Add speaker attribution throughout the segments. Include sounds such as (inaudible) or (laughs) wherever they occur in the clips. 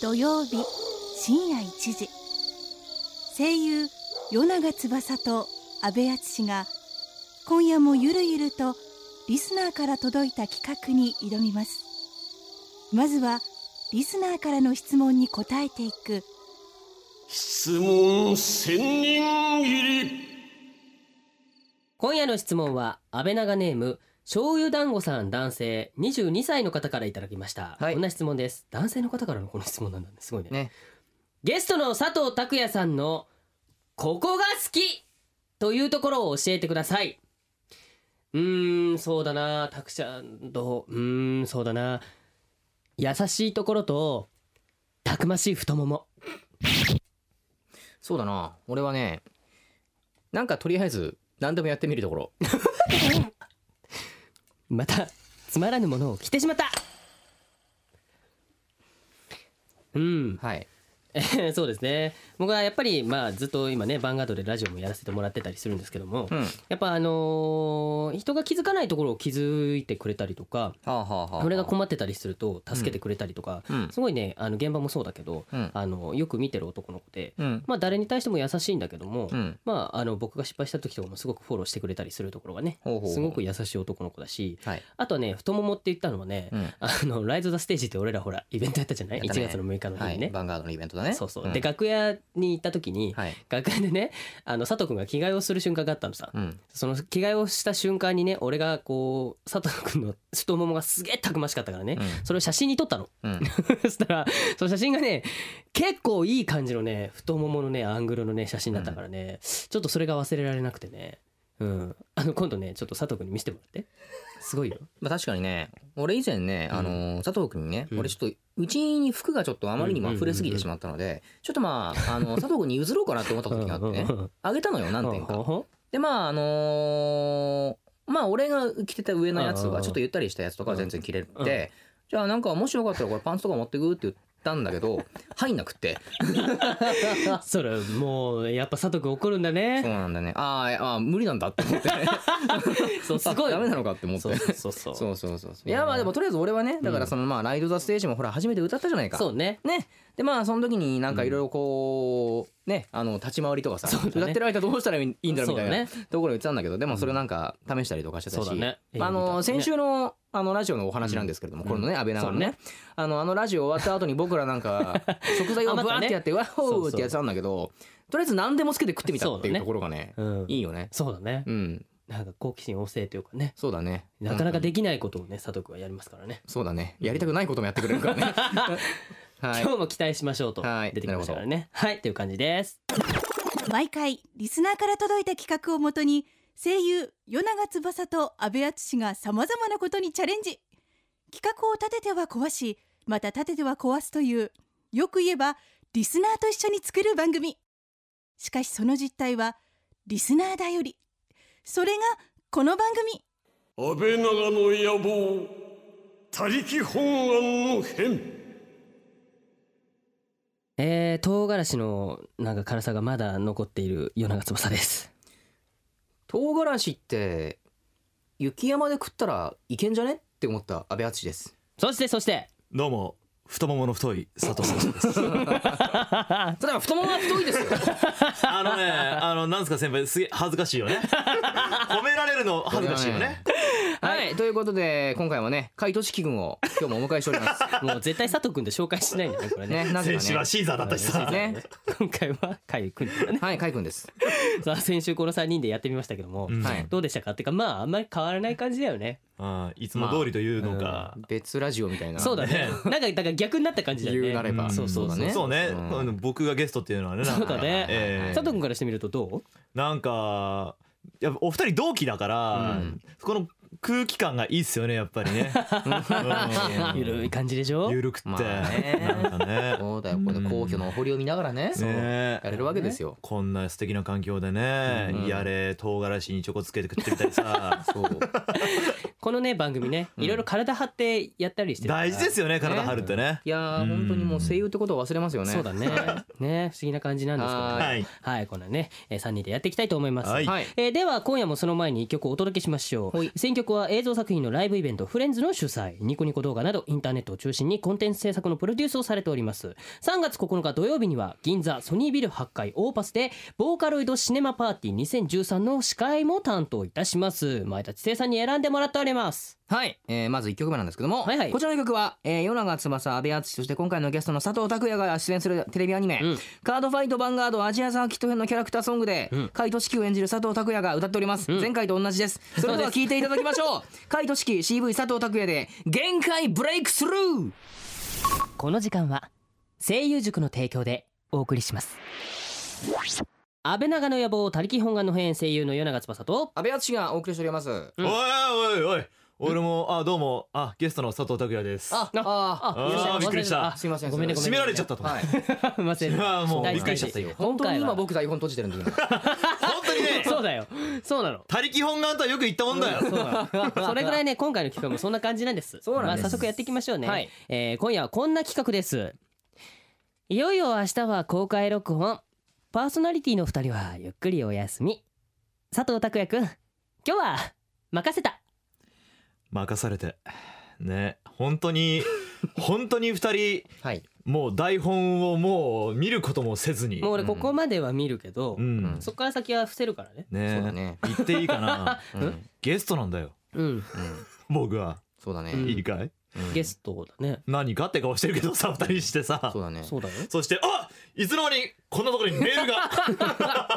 Speaker 1: 土曜日深夜1時声優与永翼と阿部淳が今夜もゆるゆるとリスナーから届いた企画に挑みますまずはリスナーからの質問に答えていく
Speaker 2: 質問千人切り
Speaker 3: 今夜の質問は安倍長ネーム醤油団子さん男性22歳の方からいただきました、
Speaker 4: はい
Speaker 3: こんな質問です男性の方からのこの質問なんだねすごいね
Speaker 4: ね
Speaker 3: ゲストの佐藤拓也さんのここが好きというところを教えてくださいうーんそうだな拓ちゃんとうーんそうだな優しいところとたくましい太もも
Speaker 4: そうだな俺はねなんかとりあえず何でもやってみるところ
Speaker 3: またつまらぬものを着てしまったうん
Speaker 4: はい
Speaker 3: えー (laughs) そうですね僕はやっぱりまあずっと今ねヴァンガードでラジオもやらせてもらってたりするんですけども、
Speaker 4: うんは
Speaker 3: やっぱあのー人が気づかないところを気づいてくれたりとか
Speaker 4: あはあはあ
Speaker 3: 俺が困ってたりすると助けてくれたりとか、
Speaker 4: うん
Speaker 3: すごいねあの現場もそうだけど、
Speaker 4: うん
Speaker 3: あのよく見てる男の子で、
Speaker 4: うん
Speaker 3: まあ、誰に対しても優しいんだけども、
Speaker 4: うん
Speaker 3: まあ、あの僕が失敗した時とかもすごくフォローしてくれたりするところがね
Speaker 4: ほうほうほう
Speaker 3: すごく優しい男の子だし
Speaker 4: はい
Speaker 3: あとはね太ももって言ったのはね、
Speaker 4: うん
Speaker 3: あのライズ・ザ・ステージって俺らほらイベントやったじゃない、
Speaker 4: やったね
Speaker 3: 1月の6日の日
Speaker 4: は
Speaker 3: に
Speaker 4: い
Speaker 3: ね、
Speaker 4: ヴァンガードのイベントだね
Speaker 3: そうそう、
Speaker 4: ん
Speaker 3: で楽屋に行った時に、
Speaker 4: はい
Speaker 3: 楽屋でね (laughs) あの佐藤君が着替えをする瞬間があったのさ、
Speaker 4: うん
Speaker 3: その着替えをした瞬間にね俺がこう佐藤君の太ももがすげえたくましかったからね、
Speaker 4: うん
Speaker 3: それを写真に撮ったの (laughs)
Speaker 4: (laughs) うん
Speaker 3: そしたらその写真がね結構いい感じのね太もものねアングルのね写真だったからね、ちょっとそれが忘れられなくてねうんあの今度ねちょっと佐藤君に見せてもらってすごいよ
Speaker 4: まあ確かにね俺以前ね、
Speaker 3: うん
Speaker 4: あのー佐藤君にね、
Speaker 3: うん
Speaker 4: 俺ちょっとうちに服がちょっとあまりにも溢れすぎてしまったので、ちょっとまあ、あの佐藤君に譲ろうかなと思った時があってねあげたのよ何点か。でまああのーまあ俺が着てた上のやつと
Speaker 3: うん
Speaker 4: かちょっとゆったりしたやつとかは全然着れる
Speaker 3: うん
Speaker 4: っ
Speaker 3: うん
Speaker 4: てじゃあなんかもしよかったらこれパンツとか持ってくって言ったんだけ (laughs) ど入んなくって
Speaker 3: それもうやっぱ佐藤君怒るんだ
Speaker 4: そう
Speaker 3: ね
Speaker 4: なん (laughs) だねあーあー無理なんだって思 (laughs) って (laughs)
Speaker 3: そうすごい
Speaker 4: あダメなのかって思って
Speaker 3: そうそうそうそう
Speaker 4: そうそうそうそういやまあでもとりあえず俺はねだからそのまあ「ライド・ザ・ステージ」もほら初めて歌ったじゃないか
Speaker 3: そうね
Speaker 4: ねでまあその時になんかいろいろこうねあの立ち回りとかさ
Speaker 3: そうだね
Speaker 4: 歌ってる間どうしたらいいんだろうみたい
Speaker 3: そうだ
Speaker 4: な
Speaker 3: ね
Speaker 4: ところ言ってたんだけどでもそれをなんか試したりとかしてた
Speaker 3: そうだ
Speaker 4: し
Speaker 3: ね
Speaker 4: ま
Speaker 3: いいみた
Speaker 4: ああ
Speaker 3: い
Speaker 4: の
Speaker 3: ね
Speaker 4: 先週のあのラジオのお話なんですけれども
Speaker 3: うん
Speaker 4: これのね安倍長の
Speaker 3: そう
Speaker 4: ねあのあのラジオ終わった後に僕らなんか食材をブワーってやってワッホーってやってたんだけどとりあえず何でもつけて食ってみたっていうところがね
Speaker 3: うん
Speaker 4: いいよね
Speaker 3: そうだね
Speaker 4: うん
Speaker 3: なんか好奇心旺盛というかね
Speaker 4: そうだね
Speaker 3: なかなか
Speaker 4: うん
Speaker 3: できないことをね佐藤君はやりますからね
Speaker 4: そうだねやりたくないこともやってくれるからね (laughs) はい
Speaker 3: 今日も期待しましょうと
Speaker 4: は
Speaker 3: 出
Speaker 4: い
Speaker 3: てきましたからねはいという感じです
Speaker 1: 毎回リスナーから届いた企画をもとに声優与永翼と阿部淳がさまざまなことにチャレンジ企画を立てては壊しまた立てては壊すというよく言えばリスナーと一緒に作る番組しかしその実態はリスナーだよりそれがこの番
Speaker 4: (laughs)
Speaker 1: 組
Speaker 2: 安倍長の野望他力本願の変
Speaker 3: えー、唐辛子のなんか辛さがまだ残っている夜長翼です
Speaker 4: 唐辛子って雪山で食ったらいけんじゃねって思った安倍淳です
Speaker 3: そしてそして
Speaker 5: どうも太ももの太い佐藤先生です
Speaker 4: ただ太ももは太いですよ
Speaker 5: (laughs) あのねあのなんですか先輩すげえ恥ずかしいよ (laughs) ね褒められるの恥ずかしいよね
Speaker 4: (laughs) はいということで今回はね海俊樹君を今日もお迎えしております
Speaker 3: もう絶対佐藤君で紹介しないんだねこれね
Speaker 4: ねなぜ
Speaker 5: 選
Speaker 4: か
Speaker 5: 手
Speaker 4: ね
Speaker 5: はシーザーだったしさ
Speaker 3: (laughs)
Speaker 4: ね
Speaker 3: 今回はかゆくんだね
Speaker 4: はい海君です
Speaker 3: さあ先週この3人でやってみましたけども、
Speaker 5: うん
Speaker 4: はい
Speaker 3: どうでしたかっていうかまああんまり変わらない感じだよね
Speaker 5: あーいつも通りというの
Speaker 3: ま
Speaker 5: か、
Speaker 4: 別ラジオみたいな
Speaker 3: そうだねなんかだから逆になった感じだよね
Speaker 4: 言うなれば
Speaker 3: んそうそうそう
Speaker 4: だね
Speaker 5: そうね、
Speaker 4: うん
Speaker 5: あの僕がゲストっていうのはねなん
Speaker 3: そう
Speaker 5: か
Speaker 3: だね、
Speaker 5: ええ
Speaker 3: 佐藤君からしてみるとどう
Speaker 5: なんかやっぱお二人同期だから、
Speaker 4: うん
Speaker 5: この空気感がいいっすよねやっぱり (laughs) ね、うん
Speaker 3: ゆるい感じでしょ
Speaker 5: ゆるくって、
Speaker 4: まあね
Speaker 5: なんかね
Speaker 4: そうだよこの皇居のお堀を見ながらねそうや
Speaker 5: ね
Speaker 4: れるわけですよ
Speaker 5: こんな素敵な環境でね、
Speaker 4: うん
Speaker 5: やれ唐辛子にチョコつけて食ってみたりさ
Speaker 4: そう
Speaker 3: このね番組ねいろいろ体張ってやったりしてるから
Speaker 5: 大事ですよね体張るってね
Speaker 4: いやー本当にもう声優ってことを忘れますよね
Speaker 3: そうだねね不思議な感じなんですけど
Speaker 4: は
Speaker 3: ね
Speaker 4: い
Speaker 5: はい
Speaker 3: はいこんなねえー3人でやっていきたいと思います
Speaker 5: はい
Speaker 4: はい
Speaker 3: えーでは今夜もその前に一曲お届けしましょ
Speaker 4: は
Speaker 3: う
Speaker 4: い
Speaker 3: 選曲は映像作品のライブイベント「フレンズ」の主催ニコニコ動画などインターネットを中心にコンテンツ制作のプロデュースをされております3月9日土曜日には銀座ソニービル8階オーパスでボーカロイドシネマパーティー2013の司会も担当いたします前田知世さんに選んでもらっております
Speaker 4: はい、えーまず1曲目なんですけども、
Speaker 3: はいはい
Speaker 4: こちらの曲は、えー、与永翼阿部淳そして今回のゲストの佐藤拓也が出演するテレビアニメ「
Speaker 3: うん
Speaker 4: カードファイトヴァンガードアジアサーキット編」のキャラクターソングで、
Speaker 3: ん
Speaker 4: 甲斐俊樹を演じる佐藤拓也が歌っております、
Speaker 3: うん
Speaker 4: 前回と同じですそれでは聴いていただきましょう甲斐俊樹 CV 佐藤拓也で「限界ブレイクスルー
Speaker 3: この時間は声優塾の提供でお送りします安倍長の野望他力本願の編声優の与永翼
Speaker 5: (laughs)
Speaker 3: と」
Speaker 4: 阿部淳がお送りしております
Speaker 5: おいおいおい俺もあどうもあゲストの佐藤拓也です
Speaker 4: ああ
Speaker 5: あー
Speaker 3: いらっしゃいませ
Speaker 5: びっくりした
Speaker 3: あ
Speaker 4: すいません
Speaker 3: ごめんねごめ
Speaker 5: 閉
Speaker 3: ん
Speaker 5: め
Speaker 3: ね
Speaker 5: られちゃったと思う
Speaker 4: はい、
Speaker 3: ません。
Speaker 5: いやーもう
Speaker 3: 大事
Speaker 5: びっくりしちゃったよ
Speaker 3: 大事
Speaker 4: 本当に今
Speaker 3: 今
Speaker 4: 僕台本閉じてるんで今
Speaker 5: 本当
Speaker 3: (laughs)
Speaker 5: にね
Speaker 3: そうだよ。そうなの。
Speaker 5: 他力本願とはよく言ったもんだよ
Speaker 3: そうな (laughs) のそれぐらいね今回の企画もそんな感じなんです。
Speaker 4: そうなんです
Speaker 3: まあ早速やっていきましょうね。
Speaker 4: はい
Speaker 3: えー今夜はこんな企画です。いよいよ明日は公開録音。パーソナリティの二人はゆっくりお休み。佐藤拓也くん、今日は任せた。
Speaker 5: 任されてね本当に本当に2人
Speaker 4: はい
Speaker 5: もう台本をもう見ることもせずに
Speaker 3: もう俺ここまでは見るけど、
Speaker 5: うん
Speaker 3: そこから先は伏せるからね。
Speaker 5: ね
Speaker 4: そうだね
Speaker 5: 言っていいかな
Speaker 4: うん、うん、
Speaker 5: ゲストなんだよ
Speaker 3: うん。
Speaker 5: 僕は
Speaker 4: そうだね、
Speaker 3: うん
Speaker 5: いいかい
Speaker 4: うん
Speaker 3: ゲストだね。
Speaker 5: 何かって顔してるけどさ2人してさ
Speaker 4: そうだね
Speaker 3: そうだよ。
Speaker 5: そしてあいつの間にこんなところにメール
Speaker 4: (laughs)
Speaker 5: が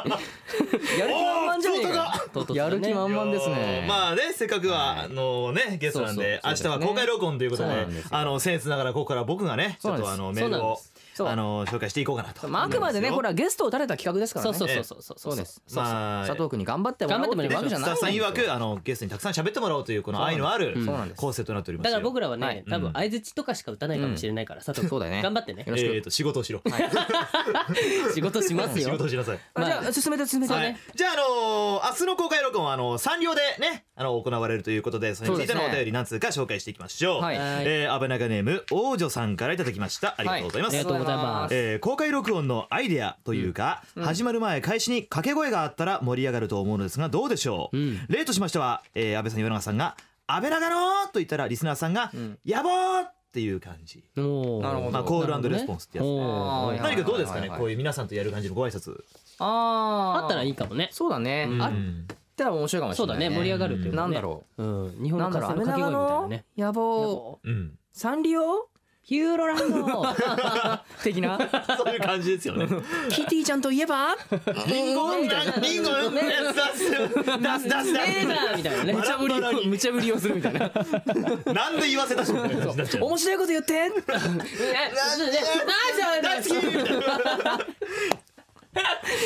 Speaker 3: 唐
Speaker 4: やる気満々じゃねえかよ
Speaker 3: 突だね
Speaker 4: やる気満々ですね。
Speaker 5: まあねせっかくは、
Speaker 4: はい
Speaker 5: あのねゲストなんで
Speaker 4: そうそうそう
Speaker 5: 明日は公開録音ということ
Speaker 4: そうな
Speaker 5: で
Speaker 4: んですよ
Speaker 5: あの僭越ながらここから僕がねち
Speaker 4: そう
Speaker 5: ょっ
Speaker 4: なんで
Speaker 5: と
Speaker 4: す
Speaker 5: あのメ
Speaker 3: そうなん
Speaker 5: ール
Speaker 3: で
Speaker 5: を
Speaker 3: す。
Speaker 4: そう
Speaker 5: あの紹介していこうかなと
Speaker 4: まあ、あくまでね、これ
Speaker 5: は
Speaker 4: はゲストを打たれた企画ですから
Speaker 3: そう
Speaker 4: ね。
Speaker 3: そう
Speaker 5: え
Speaker 3: そうそう
Speaker 5: え
Speaker 3: そう
Speaker 4: そうです。
Speaker 3: そうそう
Speaker 5: まあ
Speaker 4: 佐藤君に頑張ってもらおうっていう番組じゃ
Speaker 5: ス
Speaker 4: な
Speaker 5: タッ
Speaker 4: い
Speaker 5: フさん曰くあのゲストにたくさん喋ってもらおうというこの愛のある
Speaker 4: そうなんです
Speaker 5: 構成となっております
Speaker 3: だ
Speaker 5: よ
Speaker 3: から僕らはね、
Speaker 4: はい
Speaker 3: 多
Speaker 5: う
Speaker 3: 分
Speaker 5: ん
Speaker 3: 相槌とかしか打たないかもしれないから、佐藤君
Speaker 4: そうだよね
Speaker 3: 頑張ってね
Speaker 4: よろしく
Speaker 5: えーと仕事をしろ
Speaker 3: 仕事します
Speaker 5: (laughs) 仕
Speaker 3: よ
Speaker 5: 事をしなさい
Speaker 4: あじゃあ、進めて進めて
Speaker 5: は
Speaker 4: ね
Speaker 5: い。、じゃあ、あのー明日の公開録音はあのー、三両でねあの行われるということでそれについての
Speaker 4: そう
Speaker 5: お
Speaker 4: ですね
Speaker 5: 便り何通か紹介していきましょう、
Speaker 4: はい
Speaker 5: えー、安倍長ネーム王女さんからいただきましたありがとうございま
Speaker 3: あ
Speaker 5: す、
Speaker 3: りがとうございます
Speaker 5: えー公開録音のアイデアというか、始まる前開始に掛け声があったら盛り上がると思うのですがどうでしょう、
Speaker 3: うん
Speaker 5: 例としましては、えー、安倍さん与永さんが「安倍長野!」と言ったらリスナーさんが「
Speaker 4: ん
Speaker 5: やぼー!」っていう感じ、
Speaker 3: おー
Speaker 4: なるほど
Speaker 5: まあ、コールレスポンスってやつ、
Speaker 3: おー
Speaker 4: はい
Speaker 5: 何かどうですかね、
Speaker 4: はいはいはい
Speaker 5: こういう皆さんとやる感じのご挨拶
Speaker 4: あー
Speaker 3: あったらいい。かもね
Speaker 4: そうだね。あったら面白いかもし
Speaker 3: そ
Speaker 4: れ
Speaker 3: う
Speaker 4: な
Speaker 3: だ
Speaker 4: い。
Speaker 3: ね盛り上がるっていうのは
Speaker 4: なん
Speaker 3: ね
Speaker 4: だろ
Speaker 3: うん日
Speaker 4: う。
Speaker 3: 本の
Speaker 4: なんだ
Speaker 3: 活
Speaker 4: ろう。
Speaker 3: 性
Speaker 4: 安
Speaker 3: の掛け声
Speaker 4: 倍長
Speaker 3: みたいな
Speaker 4: の
Speaker 3: ね
Speaker 4: 野望。
Speaker 5: うん、
Speaker 4: サンリオヒューロランド
Speaker 3: (laughs)
Speaker 4: 的な。
Speaker 5: そういう感じですよね。
Speaker 4: キティちゃんといえば
Speaker 5: リンゴみたいな。リンゴ出す出す出す
Speaker 3: ええ
Speaker 5: 出
Speaker 3: なみたいなね
Speaker 5: 無茶ぶりを
Speaker 4: 無茶ぶりをするみたいな。
Speaker 5: す。なんで言わせたし。大好き
Speaker 4: 面白いこと
Speaker 5: (laughs)
Speaker 4: 言って
Speaker 5: みたいな。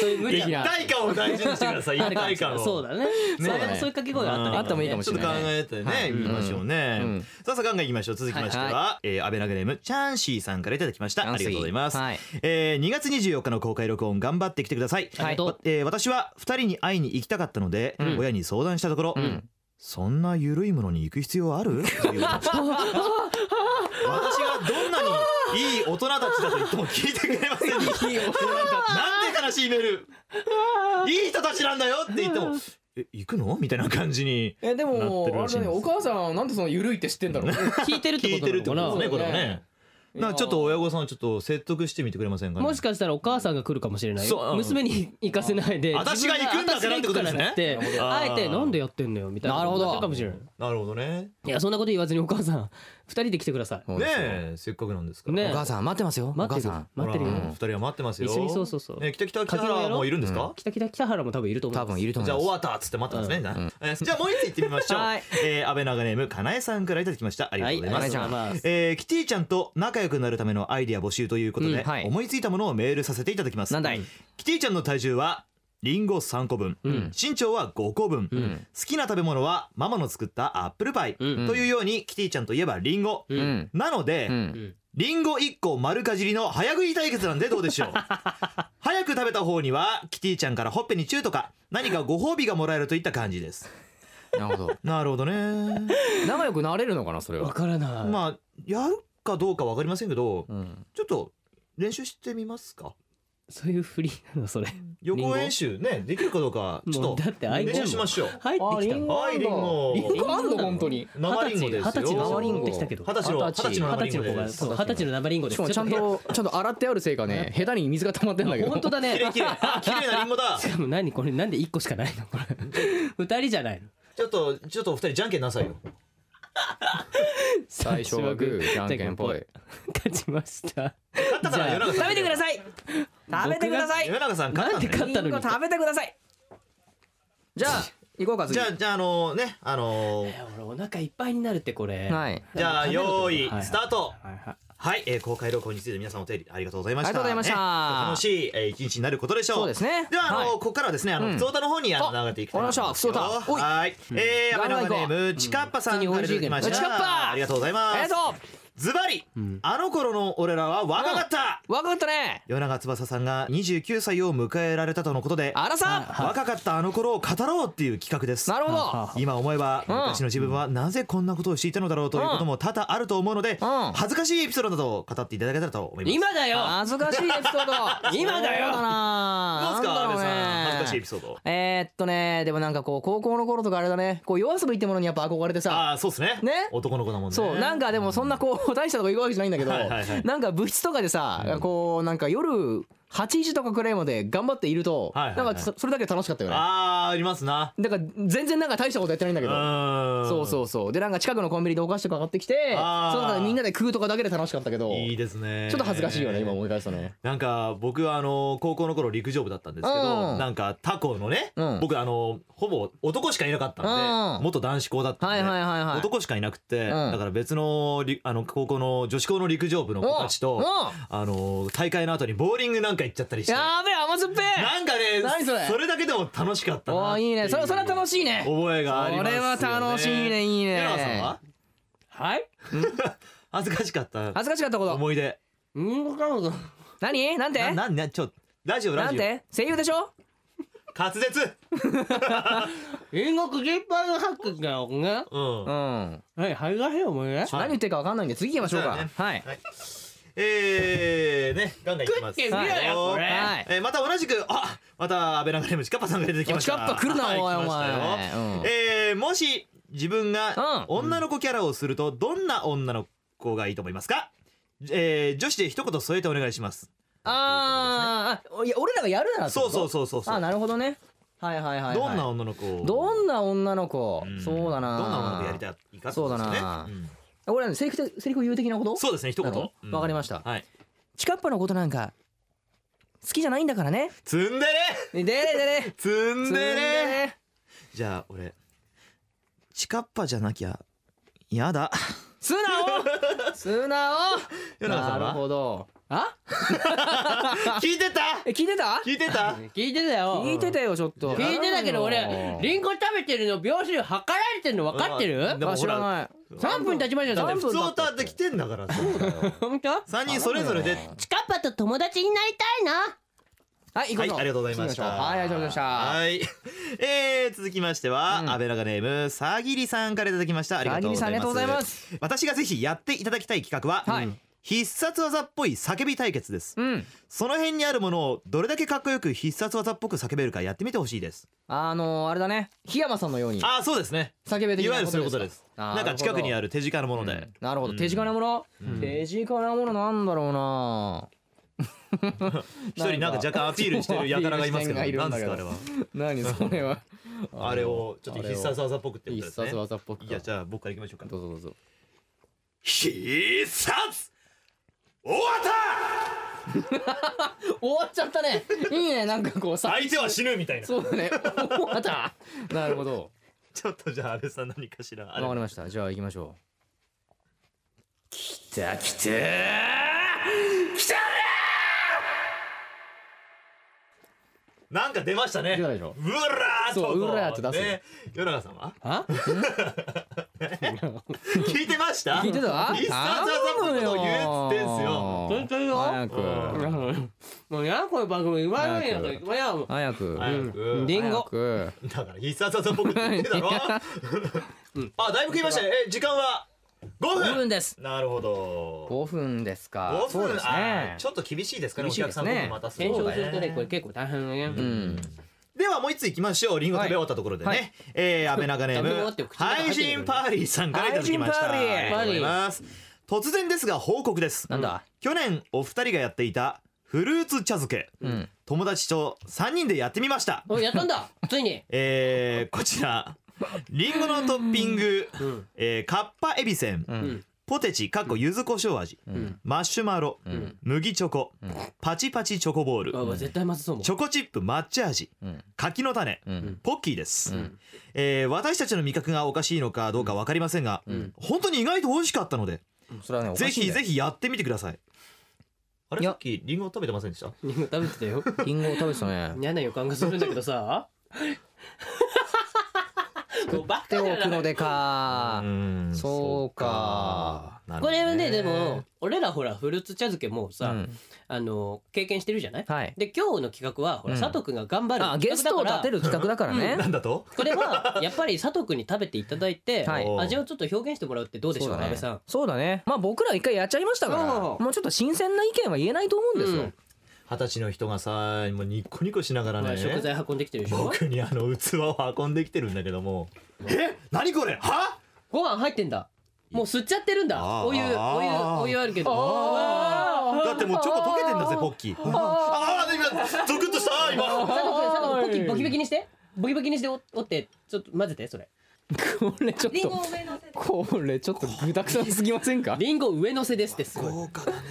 Speaker 3: そういう無
Speaker 5: 一
Speaker 3: 茶な
Speaker 5: 体感を大事にしてください。一体感を。
Speaker 3: そうだねそう
Speaker 4: だね
Speaker 3: いうそういう掛け声があったら
Speaker 4: あってもいいかもしれない
Speaker 5: ちょっと考えてね、見ましょうね。さあさあ考えいきましょう。続きましては、
Speaker 4: はい
Speaker 5: えー安倍長ネームチャンシーさんからいただきました。ありがとうございます。
Speaker 4: はい
Speaker 5: えー2月24日の公開録音頑張ってきてください。
Speaker 3: はい
Speaker 5: わえー私は2人に会いに行きたかったので、親に相談したところ、そんな緩いものに行く必要あ (laughs) るということでした私がどんなにいい大人たちだと言っても聞いてくれま (laughs) せんでしたなんて悲しいメールいい人たちなんだよって言っても「え行くの?」みたいな感じに
Speaker 4: えで
Speaker 5: なっ
Speaker 4: も
Speaker 5: てる
Speaker 4: あ
Speaker 5: ら
Speaker 4: れ
Speaker 5: しい
Speaker 4: だ
Speaker 5: ん
Speaker 4: ね
Speaker 5: です
Speaker 4: お母さんなんでそのゆるいって知ってんだろう
Speaker 3: 聞いてるって
Speaker 5: 聞
Speaker 3: こ
Speaker 5: いてるって
Speaker 3: と
Speaker 5: こ
Speaker 3: な
Speaker 5: と
Speaker 3: の
Speaker 5: ですね
Speaker 3: か
Speaker 5: これはね。なんかちょっと親御さんをちょっと説得してみてくれません
Speaker 3: な
Speaker 5: かね。
Speaker 3: もしかしたらお母さんが来るかもしれない
Speaker 5: そううん
Speaker 3: 娘に行かせないで
Speaker 5: 私が行くんだからってことですね
Speaker 3: 自分が私が行くからってあえてなんでやってんのよみたいな
Speaker 4: なるほど
Speaker 3: ことになってかもしれない
Speaker 5: なるほどね。
Speaker 3: いやそんなこと言わずにお母さん二人で来てください。
Speaker 5: ねえせっかくなんですから。
Speaker 3: ねえ
Speaker 4: お母さん待ってますよお
Speaker 3: 待っ
Speaker 4: 母
Speaker 3: て
Speaker 4: さ
Speaker 3: る
Speaker 4: ん
Speaker 3: 待ってるよ
Speaker 5: ほ。ら二人は待ってますよ。
Speaker 3: 一緒にそうそうそう
Speaker 5: ね北北北原もいるんですか？
Speaker 3: 北北北原も多分いると思う。
Speaker 4: 多分いると思い
Speaker 5: じゃあ
Speaker 4: ます
Speaker 5: 終わったっつって待ってますね。なえーじゃあもう一つ行ってみまし (laughs) ょう。
Speaker 4: はい
Speaker 5: えー安倍長ネームかなえさんからいただきました。ありが
Speaker 3: は
Speaker 5: とう
Speaker 3: い
Speaker 5: ございま
Speaker 3: あ
Speaker 5: す。
Speaker 3: りがとうございます。
Speaker 5: えーキティちゃんと仲良くなるためのアイディア募集ということで、
Speaker 4: うんはい
Speaker 5: 思いついたものをメールさせていただきます
Speaker 4: なんだい
Speaker 5: キティちゃんの体重はリンゴ3個分、身長は5個分、好きな食べ物はママの作ったアップルパイ、
Speaker 3: うん
Speaker 5: というようにキティちゃんといえばリンゴ、
Speaker 4: ん
Speaker 5: なので、
Speaker 4: うん
Speaker 5: リンゴ1個丸かじりの早食い対決なんでどう
Speaker 3: (laughs)
Speaker 5: でしょう早く食べた方にはキティちゃんからほっぺにチューとか何かご褒美がもらえるといった感じです
Speaker 4: なるほど。
Speaker 5: なるほどね。
Speaker 4: 仲良くなれるのかな、それ
Speaker 3: わ
Speaker 4: は。
Speaker 3: からない、
Speaker 5: まあやるかどうかわかりませんけど、
Speaker 4: うん。
Speaker 5: ちょっと練習してみますか。
Speaker 3: そういうふりなのそれ
Speaker 5: 予
Speaker 3: リンゴ
Speaker 5: 行演習ねできるかどうかちょ
Speaker 3: も
Speaker 5: っ
Speaker 3: う
Speaker 5: と
Speaker 3: だって
Speaker 5: 練
Speaker 3: 相手
Speaker 5: 習
Speaker 3: も
Speaker 5: しましょう。
Speaker 3: 入ってきたの
Speaker 5: あリンゴ
Speaker 4: リンゴあんの本当に。
Speaker 5: 生リンゴです
Speaker 3: 二
Speaker 5: よ。
Speaker 3: 十歳の
Speaker 4: 生
Speaker 3: 生
Speaker 4: リ
Speaker 3: リ
Speaker 4: ン
Speaker 3: ン
Speaker 4: ゴ
Speaker 3: ゴできたけど
Speaker 5: 二十歳の
Speaker 4: 二
Speaker 5: 二
Speaker 4: 十
Speaker 5: 十
Speaker 4: 歳
Speaker 5: 歳
Speaker 4: の
Speaker 5: の
Speaker 3: 二
Speaker 5: 生
Speaker 3: 十
Speaker 5: リ
Speaker 3: 歳
Speaker 5: ン
Speaker 3: の
Speaker 5: ゴ
Speaker 3: 子
Speaker 5: で
Speaker 3: が
Speaker 5: す。
Speaker 3: そう二十歳の生リンゴで
Speaker 4: し
Speaker 3: す
Speaker 4: かもちゃんと、ちゃんと洗ってあるせいかね、下手に水が溜まってんだけ
Speaker 5: (laughs)
Speaker 4: ど。
Speaker 3: 本当だね
Speaker 5: 綺麗綺麗綺麗なリンゴ
Speaker 3: (laughs)
Speaker 5: だ。
Speaker 3: しかも何これなんで一個しかないのこれ二人じゃないの
Speaker 5: ちょっとちょっとお二人じゃんけんなさいよ。
Speaker 4: (laughs) 最初はグー、じゃんけんぽい。
Speaker 3: 勝ちました
Speaker 5: 勝ったから世中さん。
Speaker 3: 食べてください食べてください
Speaker 5: 世中さん勝
Speaker 3: な
Speaker 5: っ
Speaker 3: ん
Speaker 5: た
Speaker 3: で
Speaker 5: んだよ。
Speaker 3: 勝ったのに
Speaker 4: 食べてください。じゃあ、行こうか、次。
Speaker 5: じゃあじゃああのねあのー
Speaker 3: いや俺お腹いっぱいになるってこれ
Speaker 4: はい。
Speaker 5: じゃあ用意
Speaker 3: はい
Speaker 5: スタート。
Speaker 3: はいはい
Speaker 5: はい、えー、公開録音について皆さんお便りありがとうございました。
Speaker 4: ありがとうございました
Speaker 5: ね楽しい、えー、一日になることでしょう。
Speaker 4: そうですね
Speaker 5: では、あの、
Speaker 4: はい
Speaker 5: ここからはですね、あの、
Speaker 4: うん
Speaker 5: ふつおたの方に、あの、流れていきたいと思いますよ。
Speaker 4: わかりましたふつおたおい
Speaker 5: はい。えー、
Speaker 4: ガ
Speaker 5: ア
Speaker 4: ンガン
Speaker 5: ベ
Speaker 4: 行
Speaker 5: ノ
Speaker 4: こう
Speaker 5: ガネーム、チカッパさんからいただきまし
Speaker 4: 普通に美味しいけ
Speaker 5: た。
Speaker 4: どチカッパ
Speaker 5: ありがとうございます。
Speaker 4: ありがと
Speaker 5: ズバリ、あの頃の俺らは若かった。
Speaker 4: う。わかったね。
Speaker 5: 与永翼さんが29歳を迎えられたとのことで、
Speaker 4: あらさ
Speaker 5: 若かったあの頃を語ろうっていう企画です。
Speaker 4: なるほど。
Speaker 5: 今思えば
Speaker 4: うん
Speaker 5: 昔の自分はなぜこんなことをしていたのだろうということも多々あると思うので
Speaker 4: うん
Speaker 5: 恥ずかしいエピソードなどを語っていただけたらと思います。
Speaker 3: 今だよ
Speaker 4: 恥ずかしいエピ (laughs) ソード
Speaker 3: 今だよ
Speaker 4: そう
Speaker 5: ど
Speaker 4: ななんだろ
Speaker 5: うですか、安
Speaker 4: う
Speaker 5: 部
Speaker 4: ね
Speaker 5: さん。恥ずかしいエピソード。
Speaker 4: えー、っとねでもなんかこう高校の頃とかあれだねこう夜遊びってものにやっぱ憧れてさ
Speaker 5: ああ、そうですね。
Speaker 4: ね
Speaker 5: 男の子だもんね。
Speaker 4: そうなんかでもそんなこう大したとこ行くわけじゃないんだけど
Speaker 5: はいはいはい
Speaker 4: なんか部室とかでさこうなんか夜8時とかくらいまで頑張っていると
Speaker 5: はいはいはい
Speaker 4: なんかそそれだけで楽しかったよね
Speaker 5: ああ、ありますな。
Speaker 4: だから全然なんか大したことやってないんだけ
Speaker 5: う
Speaker 4: ど
Speaker 5: ん。
Speaker 4: そうそうそうでなんか近くのコンビニでお菓子とか買ってきて
Speaker 5: あー
Speaker 4: その中でみんなで食うとかだけで楽しかったけど
Speaker 5: いいですね。
Speaker 4: ちょっと恥ずかしいよね今思い返すとね
Speaker 5: なんか僕はあの高校の頃陸上部だったんですけ
Speaker 4: うん
Speaker 5: どなんか他校のね
Speaker 4: うん
Speaker 5: 僕あのほぼ男しかいなかったん
Speaker 4: うん
Speaker 5: で元男子校だったんで
Speaker 4: はいはいはいはい
Speaker 5: 男しかいなくて
Speaker 4: ん
Speaker 5: だから別のりあの高校の女子校の陸上部の子たち
Speaker 4: おう
Speaker 5: と
Speaker 4: おう
Speaker 5: あの大会の後にボーリングなんか行っちゃったりしてな
Speaker 4: やーべえ甘酸っぱい
Speaker 5: んかね
Speaker 4: 何それ
Speaker 5: それだけでも楽しかった
Speaker 4: お
Speaker 5: な
Speaker 4: ー
Speaker 5: って
Speaker 4: いいねそれそれは楽
Speaker 5: しい
Speaker 4: しいね
Speaker 5: 覚えがありますよね
Speaker 4: それは楽しいねいいね
Speaker 5: 江川さんは
Speaker 3: はい
Speaker 5: 恥ずかしかった
Speaker 4: 恥ずかしかったこと
Speaker 5: 思い出
Speaker 3: うん彼女
Speaker 4: 何なんて
Speaker 5: ななんなちょラジオラ
Speaker 4: なん
Speaker 5: ジオ
Speaker 4: て声優でしょ
Speaker 5: 滑舌
Speaker 3: 英国全般のハックがね
Speaker 5: うん
Speaker 4: うん
Speaker 3: はい恥ずかしい思いね
Speaker 4: 何言ってるか分かんないんで次行きましょうか
Speaker 5: そう
Speaker 4: はい
Speaker 5: はいえー、ね、ガンガンいきます。
Speaker 3: 食ってみろよ
Speaker 5: はい
Speaker 3: これ
Speaker 5: はいえーまた同じく、あ、また安倍長ネームチカッパさんが出てきました。
Speaker 4: チカッパ来るな
Speaker 5: はい
Speaker 4: おい
Speaker 5: 来ましたよ
Speaker 4: お前
Speaker 5: えーもし自分が
Speaker 4: うん
Speaker 5: 女の子キャラをすると、どんな女の子がいいと思いますか。えー女子で一言添えてお願いします。
Speaker 4: あーあいや俺らがやるならってこ
Speaker 5: そ
Speaker 4: と
Speaker 5: うそうそうそうそう。
Speaker 4: あなるほどねはいはいはいはい
Speaker 5: どんな女の子を。
Speaker 4: どんな女の子
Speaker 5: ん
Speaker 4: そうだな
Speaker 5: どんな女の子やりたいかってことですね。
Speaker 4: そうだな
Speaker 5: うん
Speaker 4: 俺らのセリフてセリフ言う的なこと
Speaker 5: そうですね、一言。
Speaker 4: なるほど
Speaker 5: うん
Speaker 4: わかりました
Speaker 5: はい。
Speaker 4: チカッパのことなんか好きじゃないんだからね
Speaker 5: 積んで
Speaker 4: でれ
Speaker 5: ね。
Speaker 4: でれ
Speaker 5: 積ん
Speaker 4: で
Speaker 5: でね。
Speaker 4: れ
Speaker 5: じゃあ俺チカッパじゃなきゃや
Speaker 4: (laughs)
Speaker 5: だ
Speaker 4: 素
Speaker 5: (laughs)
Speaker 4: 直素直
Speaker 5: 世の中
Speaker 4: な
Speaker 5: さん
Speaker 4: る
Speaker 5: は
Speaker 4: ほどあ
Speaker 5: 聞いてた
Speaker 4: え聞いてた
Speaker 5: 聞いて
Speaker 4: (laughs)
Speaker 5: た
Speaker 3: 聞いてたよ
Speaker 4: 聞いてたよちょっと
Speaker 3: 聞いてたけど俺リン
Speaker 4: ク
Speaker 3: ゴ食べてるの秒数測られてるの分かって
Speaker 5: う
Speaker 3: る
Speaker 5: んでも
Speaker 4: 知らない
Speaker 3: 3分経ちました
Speaker 5: だって
Speaker 3: よ
Speaker 4: 三
Speaker 5: 普
Speaker 4: 分
Speaker 5: 通オタって来てんだからそうだよ
Speaker 3: 本当
Speaker 5: 3人それぞれで
Speaker 3: チカッパと友達になりたいな
Speaker 4: はい行きま
Speaker 5: はい
Speaker 4: しょう
Speaker 5: ありがとうございました
Speaker 4: はいありがとうございました
Speaker 5: はい (laughs) えー続きましては、
Speaker 4: うん
Speaker 5: 安倍長ネームさぎりさんからいただきましたありがとうござ
Speaker 4: さ
Speaker 5: います
Speaker 4: ぎりさんありがとうございます
Speaker 5: 私がぜひやっていただきたい企画は、
Speaker 4: はい
Speaker 5: 必殺技っぽい叫び対決です、
Speaker 4: うん
Speaker 5: その辺にあるものをどれだけかっこよく必殺技っぽく叫べるかやってみてほしいです
Speaker 4: あのー、あれだね檜山さんのように
Speaker 5: ああそうですね
Speaker 4: 叫べ的
Speaker 5: いわ
Speaker 4: な
Speaker 5: ゆるそういう
Speaker 4: こ
Speaker 5: ことと
Speaker 4: で
Speaker 5: ですす。
Speaker 4: か
Speaker 5: なんか近くにあ
Speaker 4: る
Speaker 5: る手近なも
Speaker 4: ほ
Speaker 5: の
Speaker 4: どう
Speaker 5: で。
Speaker 4: んなるほど
Speaker 5: うん
Speaker 4: 手近なもの
Speaker 5: うん
Speaker 4: 手近なものなんだろうな
Speaker 5: 一人なんか若干アピールしてる輩がいますけど、なんですかあれは。
Speaker 4: 何それは
Speaker 5: あれをちょっと必殺技っぽくってこと
Speaker 4: 必
Speaker 5: ですね。
Speaker 4: 殺技っぽく
Speaker 5: いやじゃあ僕から行きましょうか
Speaker 4: ど。うぞどうぞ
Speaker 5: 必殺大た
Speaker 4: 終わっちゃったねいいねなんかこうさ
Speaker 5: 相手は死ぬみたいな。
Speaker 4: そうだね終わったなるほど
Speaker 5: ちょっとじゃあ安倍さん何かしら。
Speaker 4: わ
Speaker 5: あれ
Speaker 4: かりましたじゃあ行きましょ
Speaker 3: 来た来た来た
Speaker 5: なんか出ましたね。
Speaker 4: 出
Speaker 5: う
Speaker 4: た
Speaker 5: ら
Speaker 4: でしょ
Speaker 5: ーっと。
Speaker 4: そううらーっと出す
Speaker 5: ね。与永さんは
Speaker 3: あ
Speaker 5: (laughs) 聞いてました
Speaker 4: う聞いてた
Speaker 5: 必殺技っぽいことを言えっつってんすよ。
Speaker 3: 本当よ
Speaker 4: 早く
Speaker 5: うん
Speaker 3: うんもうやこういう番組言わないや
Speaker 4: 早
Speaker 3: いやもう
Speaker 4: 早く
Speaker 6: 早
Speaker 3: う
Speaker 6: く
Speaker 3: んリン
Speaker 4: 早
Speaker 3: ゴ
Speaker 4: く
Speaker 6: だから必殺技僕って言ってたろ
Speaker 5: (laughs)
Speaker 6: あだいぶ食いましたねえ時間は5
Speaker 4: 5
Speaker 6: 分
Speaker 4: 分です
Speaker 6: なるほど
Speaker 4: 5分ですか
Speaker 6: 5
Speaker 4: そう
Speaker 6: 分
Speaker 4: です
Speaker 6: あ
Speaker 4: ね
Speaker 6: ーちょっと厳しいですかねお
Speaker 4: 厳しい
Speaker 6: 客
Speaker 4: で
Speaker 6: さ
Speaker 4: す
Speaker 6: ん
Speaker 4: ね
Speaker 6: のこと待たす
Speaker 3: 検
Speaker 6: の
Speaker 3: 証
Speaker 6: が
Speaker 3: するとねこれ
Speaker 6: ね
Speaker 3: 結構大変だ
Speaker 4: う
Speaker 3: ね
Speaker 4: ん
Speaker 5: ではもう一ついきましょうリンゴ食べ終わったところでね、
Speaker 4: はい
Speaker 5: えー、安倍長ネー
Speaker 3: 食べ終わって
Speaker 5: ム
Speaker 3: 口の中入
Speaker 5: 配
Speaker 3: ってる
Speaker 5: 信パーリーさんからいただきました
Speaker 4: 配信パーリー
Speaker 5: ありがとうございます突然ですが報告です
Speaker 4: なんだ
Speaker 5: 去年お二人がやっていたフルーツ茶漬け、
Speaker 4: うん
Speaker 5: 友達と3人でやってみました
Speaker 3: おやったんだついに
Speaker 5: えー、こちらリンゴのトッピング、
Speaker 3: うん
Speaker 5: えー、カッパエビせん、
Speaker 3: ん
Speaker 5: ポテチかっこ柚子胡椒味、
Speaker 3: ん
Speaker 5: マッシュマロ、
Speaker 4: ん
Speaker 5: 麦チョコ、パチパチチョコボール、
Speaker 3: あ絶対まずそうもん
Speaker 5: チョコチップ抹茶味、
Speaker 4: うん
Speaker 5: 柿の種、
Speaker 4: うん
Speaker 5: ポッキーです、えー私たちの味覚がおかしいのかどうか分かりませんが、本当に意外と美味しかったので
Speaker 4: それはねおか
Speaker 5: ぜ
Speaker 4: しいん
Speaker 5: ひ
Speaker 4: だよ
Speaker 5: ぜひやってみてください
Speaker 6: あ
Speaker 4: い
Speaker 6: れ
Speaker 4: や
Speaker 6: さっきリンゴ食べてませんでした
Speaker 3: リンゴ食べてたよ
Speaker 4: リンゴを食べてたね
Speaker 3: 嫌な予感がするんだけどさ (laughs) もうバ
Speaker 4: 手
Speaker 3: カ
Speaker 4: を
Speaker 3: だな
Speaker 4: 黒でか
Speaker 5: うん
Speaker 4: そうか
Speaker 5: なるほ
Speaker 3: こ
Speaker 5: どね
Speaker 3: れはねでも俺らほらフルーツ茶漬けもさ、
Speaker 4: うん
Speaker 3: あの経験してるじゃない、
Speaker 4: はい
Speaker 3: で今日の企画はほら、
Speaker 4: うん
Speaker 3: 佐藤くんが頑張る
Speaker 4: あゲストを立て
Speaker 3: る
Speaker 4: る企画だからね
Speaker 5: なんだと
Speaker 3: これはやっぱり佐藤くんに食べていただいて、
Speaker 4: はい
Speaker 3: 味をちょっと表現してもらうってどうでしょう
Speaker 4: そうだ
Speaker 3: 安
Speaker 4: ね
Speaker 3: 倍さん
Speaker 4: そうだねまあ僕ら一回やっちゃいましたから
Speaker 3: そ
Speaker 4: も
Speaker 3: う
Speaker 4: うちょっと新鮮な意見は言えないと思うんです
Speaker 3: う
Speaker 4: よ
Speaker 3: ん
Speaker 6: 二十歳の人がさもうニッコニコしながら
Speaker 3: ほら
Speaker 6: ね
Speaker 3: 食材運んできてるでしょ
Speaker 6: 僕にあの器を運んできてるんだけども
Speaker 5: え何これは
Speaker 3: ご飯入ってんだもう吸っちゃってるんだ
Speaker 5: あー
Speaker 3: お湯お湯
Speaker 5: あー
Speaker 3: お湯あるけど
Speaker 4: あ
Speaker 3: うわー
Speaker 5: だってもうチョコ溶けてんだぜポッキーああー今ゾクッとした今
Speaker 3: 佐藤くん佐藤くんポキボキボキにしてボキボキにして折折ってちょっと混ぜてそれ
Speaker 4: これちょっ
Speaker 1: リンゴ
Speaker 4: と
Speaker 1: を上乗せて
Speaker 4: これちょっと具だくさんすぎませんか
Speaker 3: リンゴ上乗せですってすごい
Speaker 5: 豪華だね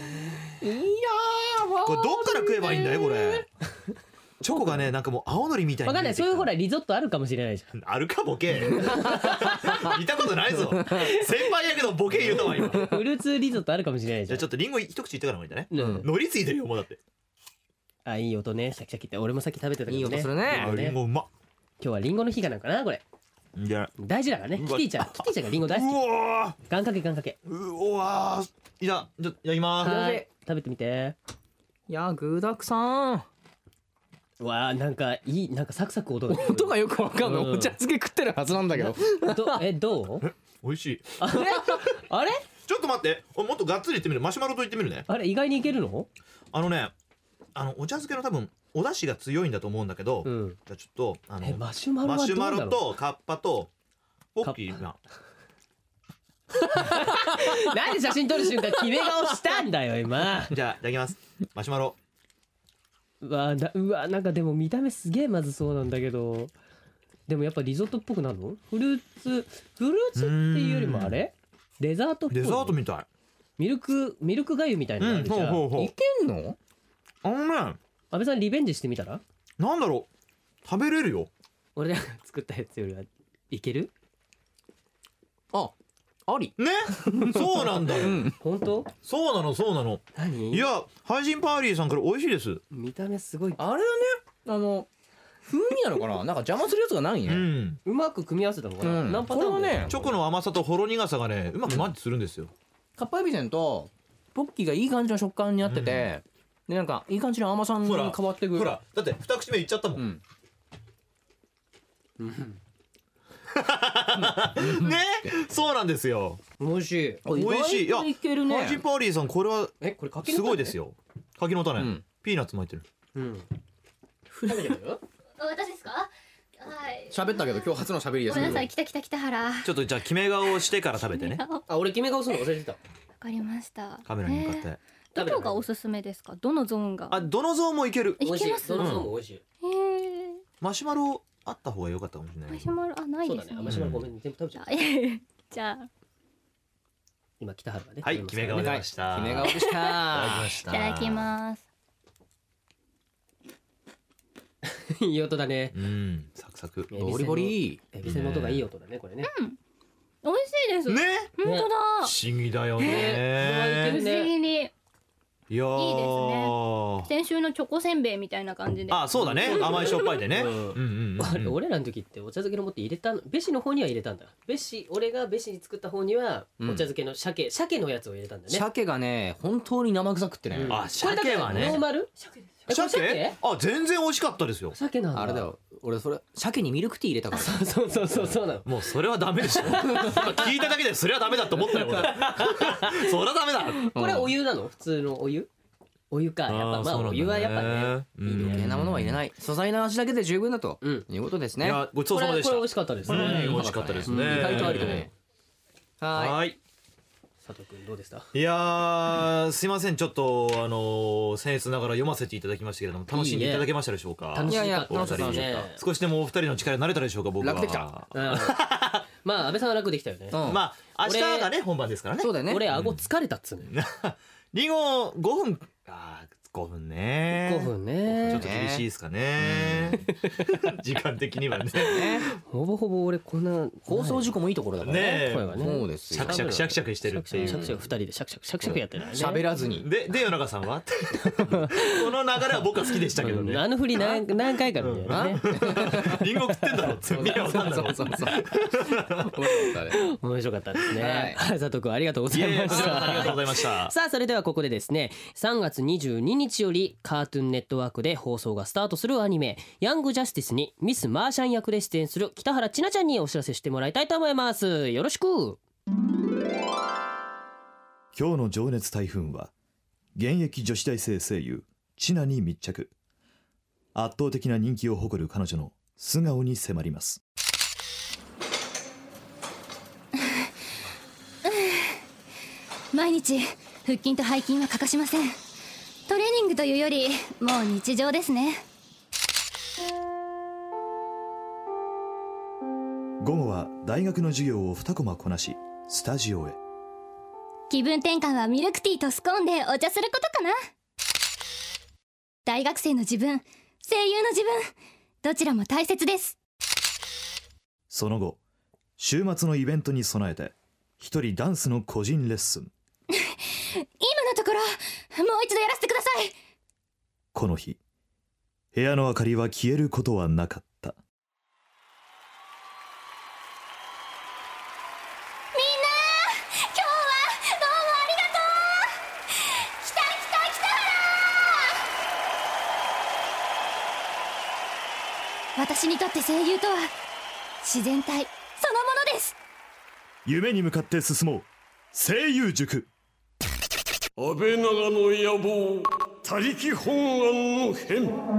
Speaker 5: いやこれどっから食えばいいんだよこれチョコがねなんかもう青のりみたいに
Speaker 3: わかんないそういうほ
Speaker 5: ら
Speaker 3: らリゾットあるかもしれないじゃん
Speaker 5: あるかボケ (laughs) 見たこ
Speaker 3: (laughs)
Speaker 5: とないぞ先輩やけどボケ言うとは今
Speaker 3: フ
Speaker 5: じ
Speaker 3: ルーツリゾットあるかもしれないじゃ
Speaker 5: ゃあ
Speaker 3: ん
Speaker 5: ちょっとリンゴ一口いってからもいいんだね
Speaker 3: うん
Speaker 5: のりついてるよもうだって
Speaker 3: あいい音ねシャキシャキって俺もさっき食べてたけどね
Speaker 4: いい音するね
Speaker 5: あリンゴうま
Speaker 3: 今日はリンゴの日かなんかなこれ
Speaker 5: じゃ
Speaker 3: 大事だからねキ
Speaker 5: う
Speaker 3: テ
Speaker 5: わ
Speaker 3: ィちゃんキティちゃんがリンゴ大
Speaker 5: う
Speaker 3: 好き
Speaker 5: わ
Speaker 3: 願掛け願掛け
Speaker 5: ーうわーいやじゃいただきま
Speaker 3: は
Speaker 4: 願掛
Speaker 3: い
Speaker 4: け
Speaker 3: 食べてみて
Speaker 4: いや具だくさん
Speaker 3: わあなんかいいなんかサクサク音が
Speaker 4: 音がよくわかんない
Speaker 3: うん
Speaker 4: お茶漬け食ってるはずなんだけど
Speaker 3: どえどう
Speaker 5: す美味しい
Speaker 3: あれあれ
Speaker 5: ちょっと待っておもっとがっつりいってみるマシュマロといってみるね
Speaker 3: あれ意外にいけるの
Speaker 5: あのねあのお茶漬けの多分お出汁が強いんだと思うんだけど、
Speaker 3: うん
Speaker 5: じゃあちょっとあ
Speaker 3: え
Speaker 5: の
Speaker 3: マシュマロは
Speaker 5: マ
Speaker 3: ど
Speaker 5: シ
Speaker 3: う
Speaker 5: ュ
Speaker 3: な
Speaker 5: マ
Speaker 3: の
Speaker 5: ロとカッパとポッキーが
Speaker 3: なんで写真撮る瞬間決め顔したんだよ今
Speaker 5: じゃあいただきますマシュマロ
Speaker 3: うわなうわなんかでも見た目すげえまずそうなんだけどでもやっぱリゾットっぽくなるのフルーツフルーツっていうよりもあれデザートっぽい
Speaker 5: デザートみたい
Speaker 3: ミルクミルクがゆみたいなのあるじゃん、
Speaker 5: ほ
Speaker 4: いけんの
Speaker 5: あのね
Speaker 3: 安倍さんリベンジしてみたら
Speaker 5: なんだろう食べれるよ
Speaker 3: 俺らが作ったやつよりはいける
Speaker 4: ああり
Speaker 5: ねそうなんだよ、
Speaker 3: 本当
Speaker 5: そうなのそうなのい
Speaker 3: 何
Speaker 5: や配信パーリーさんから美味しいです
Speaker 3: 見た目すごい
Speaker 4: あれはねあの風味なのかななんか邪魔するやつがないうね
Speaker 5: ん
Speaker 3: うまく組み合わせたのかな、
Speaker 4: うん
Speaker 3: 何パターンも
Speaker 4: これはね
Speaker 5: チョコの甘さとほろ苦さがねうまくマッチするんですよ、
Speaker 4: カッパエビセンとポッキーがいい感じの食感になっててでなんかいい感じの甘さに
Speaker 5: ほ
Speaker 4: 変
Speaker 5: ら
Speaker 4: わってく
Speaker 5: ほらだって二口目いっちゃったもん、
Speaker 4: うん
Speaker 5: ねそうなんですよ
Speaker 3: 美味しい
Speaker 4: これ意
Speaker 5: 美味しい
Speaker 4: 外といける
Speaker 5: 配信
Speaker 4: ね
Speaker 5: パーリーさんこれは
Speaker 3: えこれかけ
Speaker 5: すごいです
Speaker 3: よ、
Speaker 5: よ柿の種、
Speaker 4: うん
Speaker 5: ピーナッツ巻いてる
Speaker 3: うん、
Speaker 7: あ私ですかはい
Speaker 4: 喋ったけど今日初の喋りで
Speaker 7: ご
Speaker 4: す
Speaker 7: めんなさ
Speaker 4: ね
Speaker 7: い来た来た来た原わ
Speaker 5: ちょっとじゃあ決め顔をしてから食べてね
Speaker 3: あ俺決め顔するの忘れてた
Speaker 7: かりました
Speaker 5: カメラに向かって、
Speaker 7: えーどこがおすすめですかどのゾーンが
Speaker 5: あどの像もいける
Speaker 7: いけます
Speaker 3: どの層も美味しい、
Speaker 7: えー、
Speaker 5: マシュマロあった方が良かったかもしれな
Speaker 7: マ
Speaker 5: い
Speaker 7: シュマロあない
Speaker 3: そう
Speaker 7: で
Speaker 3: だ
Speaker 7: す
Speaker 3: ね
Speaker 7: ね
Speaker 3: マシュマロごめん全部食べちゃった
Speaker 7: (laughs) じゃあ
Speaker 3: 今北原がね
Speaker 5: はい
Speaker 3: 食
Speaker 5: 決
Speaker 3: べ
Speaker 5: め
Speaker 3: ま
Speaker 5: 顔
Speaker 3: す
Speaker 5: 出
Speaker 3: からね
Speaker 5: ました
Speaker 4: 決め顔でし
Speaker 5: いた
Speaker 4: た
Speaker 3: (laughs)
Speaker 5: だきまし
Speaker 7: い
Speaker 5: た
Speaker 7: ただきます
Speaker 3: (laughs) いい音だね
Speaker 5: うんサクサク
Speaker 3: ね
Speaker 4: ボリボリ
Speaker 3: え店の音がいい音だねこれね
Speaker 7: 美味しいです、
Speaker 5: ね
Speaker 7: 本当だ
Speaker 5: 不思議だよね、
Speaker 3: ね
Speaker 7: 不思議に
Speaker 5: いやー
Speaker 7: いい先週のチョコせんべいみたいな感じで
Speaker 5: あそうだね甘いしょっぱいでね、
Speaker 3: う
Speaker 5: うんん、うん
Speaker 3: あれ
Speaker 5: うん
Speaker 3: 俺らの時ってお茶漬けの持って入れたのべしの方には入れたんだべし俺がべしに作った方にはお
Speaker 4: うん
Speaker 3: 茶漬けの鮭鮭のやつを入れたんだね
Speaker 4: 鮭がね本当に生臭くってね
Speaker 3: うん
Speaker 5: あ
Speaker 3: これだから
Speaker 5: 鮭はね
Speaker 3: ノーマル
Speaker 7: 鮭です
Speaker 3: えこれ鮭
Speaker 5: あ全然美味しかったですよ
Speaker 3: 鮭なんだ
Speaker 4: あれだよ俺それ鮭にミルクティー入れたから
Speaker 3: そうそうそうそうなの
Speaker 5: もうそれはダメで (laughs) しょ今聞いただけでそれはダメだと思った (laughs) よ俺そりゃダメだ
Speaker 3: これお湯なの普通のお湯お湯かやっぱまあお湯はやっぱね
Speaker 5: いい
Speaker 4: 余計なものは入れない素材の味だけで十分だと
Speaker 3: うん
Speaker 4: いうことです
Speaker 5: い
Speaker 4: ね
Speaker 5: やごちそう
Speaker 3: これ
Speaker 5: さま
Speaker 3: これ
Speaker 5: でした
Speaker 3: 美味しかったですね、
Speaker 5: ね美
Speaker 4: 美
Speaker 5: 味
Speaker 4: 味
Speaker 5: し
Speaker 4: し
Speaker 5: か
Speaker 4: か
Speaker 5: っ
Speaker 4: ったた
Speaker 5: で
Speaker 4: ですす
Speaker 5: ね
Speaker 4: ね
Speaker 5: うん
Speaker 4: 意外とありだねはい
Speaker 5: はい
Speaker 3: 佐藤君どうでした
Speaker 5: いやーすいませんちょっとあのー僭越ながら読ませていただきましたけれども楽しんでいただけましたでしょうか
Speaker 3: 楽し
Speaker 4: いやい
Speaker 3: かっ
Speaker 4: や
Speaker 3: たですね
Speaker 4: 楽し
Speaker 5: 少しでもお二人の力になれたでしょうか僕は
Speaker 4: 楽できた
Speaker 3: うんまあ安倍さんは楽できたよね、
Speaker 4: うん
Speaker 5: まあ明日がね本番ですからね
Speaker 4: そうだよね
Speaker 3: 俺顎疲れたっつうのよ、
Speaker 5: リンゴ5分あー5分ね
Speaker 3: 5分
Speaker 5: ち
Speaker 3: ね
Speaker 5: ょっと厳しいですかね時間的にはね
Speaker 3: ほぼほぼ俺こんな
Speaker 4: 放送
Speaker 3: 時
Speaker 4: 事故もいいところだから
Speaker 5: ねえ
Speaker 3: 声がね
Speaker 4: そうです
Speaker 5: シ
Speaker 4: よ
Speaker 5: ャキシャキシャキシャキしてるってい
Speaker 3: シャクシャ
Speaker 5: う
Speaker 3: ク二人でシャクシャクシャクシャクやってないね
Speaker 4: 喋らずに
Speaker 5: でで夜中さんはこの流れは僕は好きでしたけど
Speaker 3: うん
Speaker 5: ね
Speaker 3: あの振り
Speaker 4: (laughs)
Speaker 3: 何何回か見たよね
Speaker 5: リンゴ食ってんだろって見りゃ分かんだろ
Speaker 3: (laughs)
Speaker 4: そうそうそう
Speaker 3: 面白かったですね
Speaker 4: は
Speaker 3: はい佐藤君ありがとうござ
Speaker 5: いやい
Speaker 3: い
Speaker 5: や
Speaker 3: まし
Speaker 5: ありがとう
Speaker 3: た
Speaker 5: ございまし
Speaker 3: (laughs)
Speaker 5: た
Speaker 3: さあそれではここでですね3月22日よりカートゥーンネットワークで放送がスタートするアニメ「ヤングジャスティス」にミス・マーシャン役で出演する北原千奈ちゃんにお知らせしてもらいたいと思いますよろしく
Speaker 8: 今日の情熱台風は現役女子大生声優千奈に密着圧倒的な人気を誇る彼女の素顔に迫ります
Speaker 9: 毎日腹筋と背筋は欠かしませんトレーニングというよりもう日常ですね
Speaker 8: 午後は大学の授業を2コマこなしスタジオへ
Speaker 9: 気分転換はミルクティーとスコーンでお茶することかな大学生の自分声優の自分どちらも大切です
Speaker 8: その後週末のイベントに備えて一人ダンスの個人レッスン
Speaker 9: 今のところもう一度やらせてください
Speaker 8: この日部屋の明かりは消えることはなかった
Speaker 9: 今日はどうもありがとう来た来た来た原私にとって声優とは自然体そのものです
Speaker 8: 夢に向かって進もう声優塾
Speaker 2: 安倍長の野望他力本願の変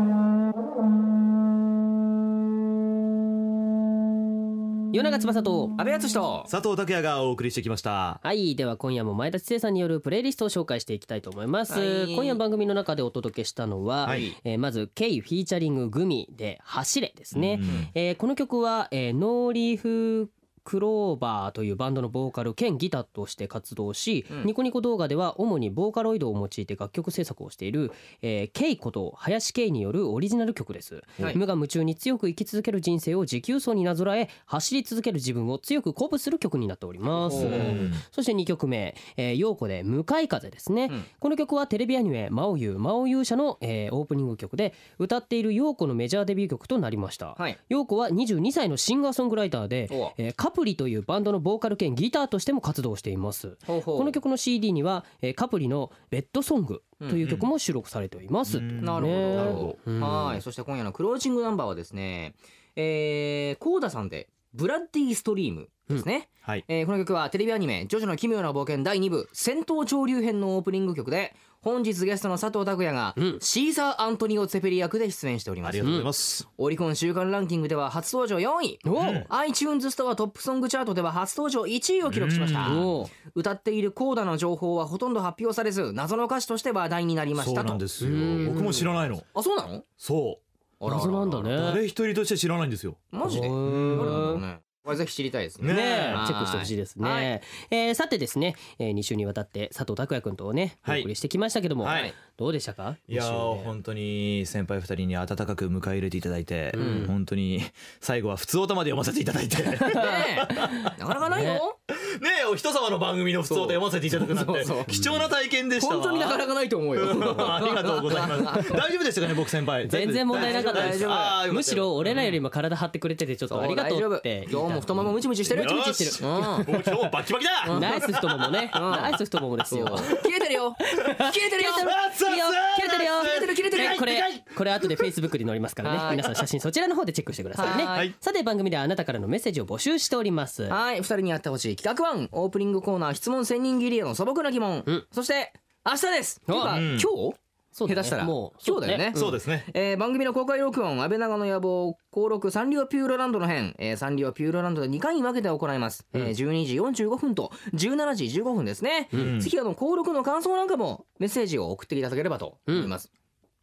Speaker 3: 夜長翼と
Speaker 4: 阿部敦と
Speaker 5: 佐藤拓也がお送りしてきました
Speaker 3: はいでは今夜も前田知世さんによるプレイリストを紹介していきたいと思います、
Speaker 4: はい
Speaker 3: 今夜番組の中でお届けしたのは、
Speaker 5: はい
Speaker 3: えーまず K フィーチャリンググミで走れですね、えーこの曲は、えーノーリーフクローバーというバンドのボーカル兼ギターとして活動し、
Speaker 4: うん
Speaker 3: ニコニコ動画では主にボーカロイドを用いて楽曲制作をしている、えー、K こと林 K によるオリジナル曲です、
Speaker 4: はい
Speaker 3: 無我夢中に強く生き続ける人生を持久走になぞらえ走り続ける自分を強く鼓舞する曲になっておりますそして2曲目「えー、陽子で向かい風」ですね、
Speaker 4: うん
Speaker 3: この曲はテレビアニメ「魔王優魔王勇者の」えーオープニング曲で歌っている陽子のメジャーデビュー曲となりました、
Speaker 4: はい
Speaker 3: 陽子は22歳のシンガーソングライターで
Speaker 4: おう、
Speaker 3: えーカプリというバンドのボーカル兼ギターとしても活動しています
Speaker 4: ほうほう
Speaker 3: この曲の CD には、えーカプリの「ベッドソング」という曲も収録されています、
Speaker 4: なるほ
Speaker 3: ね
Speaker 4: どなるほ
Speaker 3: うん
Speaker 4: どはいそして今夜のクロージングナンバーはですねえーコーダさんでブラッディストリームですね
Speaker 5: はい
Speaker 4: えーこの曲はテレビアニメ「ジョジョの奇妙な冒険」第2部「戦闘潮流編」のオープニング曲で本日ゲストの佐藤拓也が
Speaker 3: ん
Speaker 4: シーザー・アントニオ・ツェペリ役で出演しており
Speaker 5: あ
Speaker 4: ま
Speaker 5: り
Speaker 4: す
Speaker 5: がとうございます
Speaker 4: オリコン週間ランキングでは初登場4位
Speaker 3: おう
Speaker 4: iTunes ストアトップソングチャートでは初登場1位を記録しました
Speaker 3: おう
Speaker 4: 歌っているコーダの情報はほとんど発表されず謎の歌手として話題になりま
Speaker 5: そ
Speaker 4: し
Speaker 5: う
Speaker 4: た
Speaker 5: な
Speaker 4: と
Speaker 5: んですよ
Speaker 3: うん
Speaker 5: 僕も知らないの
Speaker 4: あそうなの
Speaker 5: そ
Speaker 4: あらあらあら
Speaker 3: 謎なんだ
Speaker 5: う
Speaker 3: ね
Speaker 5: 誰一人として知らないんですよ
Speaker 4: マジで
Speaker 3: う
Speaker 4: ど
Speaker 3: ん
Speaker 4: れなんだろうねこれぜひ知りたいですね
Speaker 5: ね
Speaker 3: ね
Speaker 4: はい
Speaker 3: チェックしてほしいですね、
Speaker 4: はい
Speaker 3: えーさてですね、え2週にわたって佐藤拓也君とねお
Speaker 5: はい
Speaker 3: 送りしてきましたけども、
Speaker 5: はい
Speaker 3: どうでしたか
Speaker 5: いや
Speaker 3: 二週
Speaker 5: ー
Speaker 3: ね
Speaker 5: 本当に先輩二人に温かく迎え入れていただいて、
Speaker 3: うん
Speaker 5: 本当に最後は普通おたまで読ませていただいて
Speaker 4: ねえなかなかないよ
Speaker 6: ねお人様の番組の普通で読ませていただくなん
Speaker 4: そう
Speaker 6: て
Speaker 4: そうそう
Speaker 6: 貴重な体験でしたわ
Speaker 4: 本当になかなかないと思うよ
Speaker 6: ありがとうございます大丈夫でしたかね僕先輩
Speaker 3: 全然問題なかったです
Speaker 6: 大丈夫大丈夫あーよかったよかった
Speaker 3: むしろ俺らよりも体張ってくれててちょっとありがとうって
Speaker 4: 今日も太ももムチムチしてる
Speaker 6: よし
Speaker 4: うん
Speaker 6: もう今日もバキバキだ
Speaker 3: ナイス太ももねナイス太ももですよ
Speaker 4: 消えてるよ消えてるよ
Speaker 3: いいよ切れてるよ
Speaker 4: 切れてる切れてる
Speaker 3: ねこれこれ後でフェイスブックに載りますから
Speaker 4: は
Speaker 3: ね
Speaker 4: い
Speaker 3: 皆さん写真そちらの方でチェックしてくださいね
Speaker 4: はい
Speaker 3: さて番組ではあなたからのメッセージを募集しております
Speaker 4: はい、二人にやってほしい企画1、オープニングコーナー質問千人切りへの素朴な疑問。
Speaker 3: うん
Speaker 4: そして、明日です
Speaker 3: あ
Speaker 4: ていうか、
Speaker 3: うん
Speaker 4: 今日
Speaker 3: そうだね
Speaker 4: 下手したら。
Speaker 3: もう
Speaker 4: 今日だよね。
Speaker 3: そう
Speaker 6: ですね
Speaker 4: えー番組の公開録音「安倍長の野望」登録サンリオピューロランドの編、えーサンリオピューロランドで2回に分けて行います、えー12時45分と17時15分ですね、ぜひあの登録の感想なんかもメッセージを送っていただければと思います、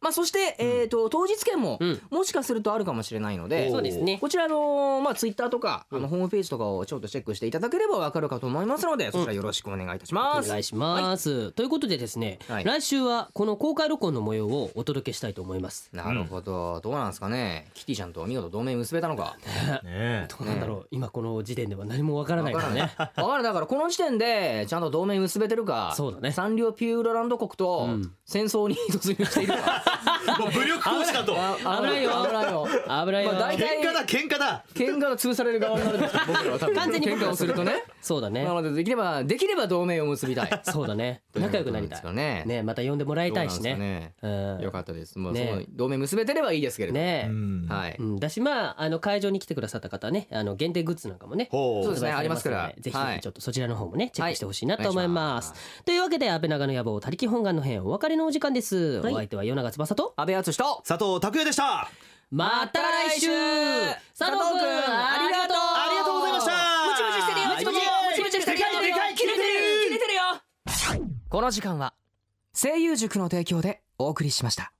Speaker 4: まあ、そして、えー、と当日券も、
Speaker 3: うん
Speaker 4: もしかするとあるかもしれないので
Speaker 3: そうですね
Speaker 4: こちらあのまあ、ツイッターとか、あのホームページとかをちょっとチェックしていただければ分かるかと思いますので、そちらよろしくお願いいたし
Speaker 3: お
Speaker 4: ます。
Speaker 3: 願いします、ということでですね、
Speaker 4: はい
Speaker 3: 来週はこの公開録音の模様をお届けしたいと思います
Speaker 4: なるほど、どうなんですかねキティちゃんと見事同盟結べたのか
Speaker 6: ね
Speaker 3: どうなんだろう、今この時点では何もわからないからね
Speaker 4: わかるだからこの時点でちゃんと同盟結べてるか
Speaker 3: そうだね
Speaker 4: サンリオピューロランド国と
Speaker 3: うん
Speaker 4: 戦争に突入している
Speaker 3: (laughs)
Speaker 4: か
Speaker 6: もう武力行使だと
Speaker 4: あ危ないよ危ないよ
Speaker 3: (laughs) 危ないよ、
Speaker 4: まあ大体
Speaker 5: 喧嘩だ喧嘩だ
Speaker 4: 喧嘩が潰される側になるん (laughs) ですよ僕らは多分
Speaker 3: 完全に
Speaker 4: 喧嘩をするとね
Speaker 3: そうだね
Speaker 4: なのでできればできれば同盟を結びたい
Speaker 3: そうだね (laughs) 仲良くなりたい
Speaker 4: どうなんですかね
Speaker 3: また呼んでもらいたいし
Speaker 4: どうなん
Speaker 3: ね
Speaker 4: で
Speaker 3: う
Speaker 4: すかねよ
Speaker 3: ん
Speaker 4: かったですもう
Speaker 3: ね
Speaker 4: その同盟結べてればいいですけれど
Speaker 3: ねえ、
Speaker 4: はい
Speaker 3: うん、だしまああの会場に来てくださった方はねあの限定グッズなんかもね
Speaker 5: ほ
Speaker 4: そううですね
Speaker 3: 発売され
Speaker 4: ありますから
Speaker 3: ぜひ
Speaker 4: はい
Speaker 3: ちょっとそちらの方もねチェックしてほしいなと思います,、
Speaker 4: はいお願い
Speaker 3: というわけで安倍長の野望他力本願の編お別れのお時間です、
Speaker 4: はい
Speaker 3: お相手は与永翼と
Speaker 4: 安倍敦と
Speaker 5: 佐藤拓也でした
Speaker 3: また来週佐藤君ありがとう
Speaker 4: ありがとうございましたムチムチしてるよムチムチムチムチしてるよでかい切れてる切れてるよこの時間は声優塾の提供でお送りしました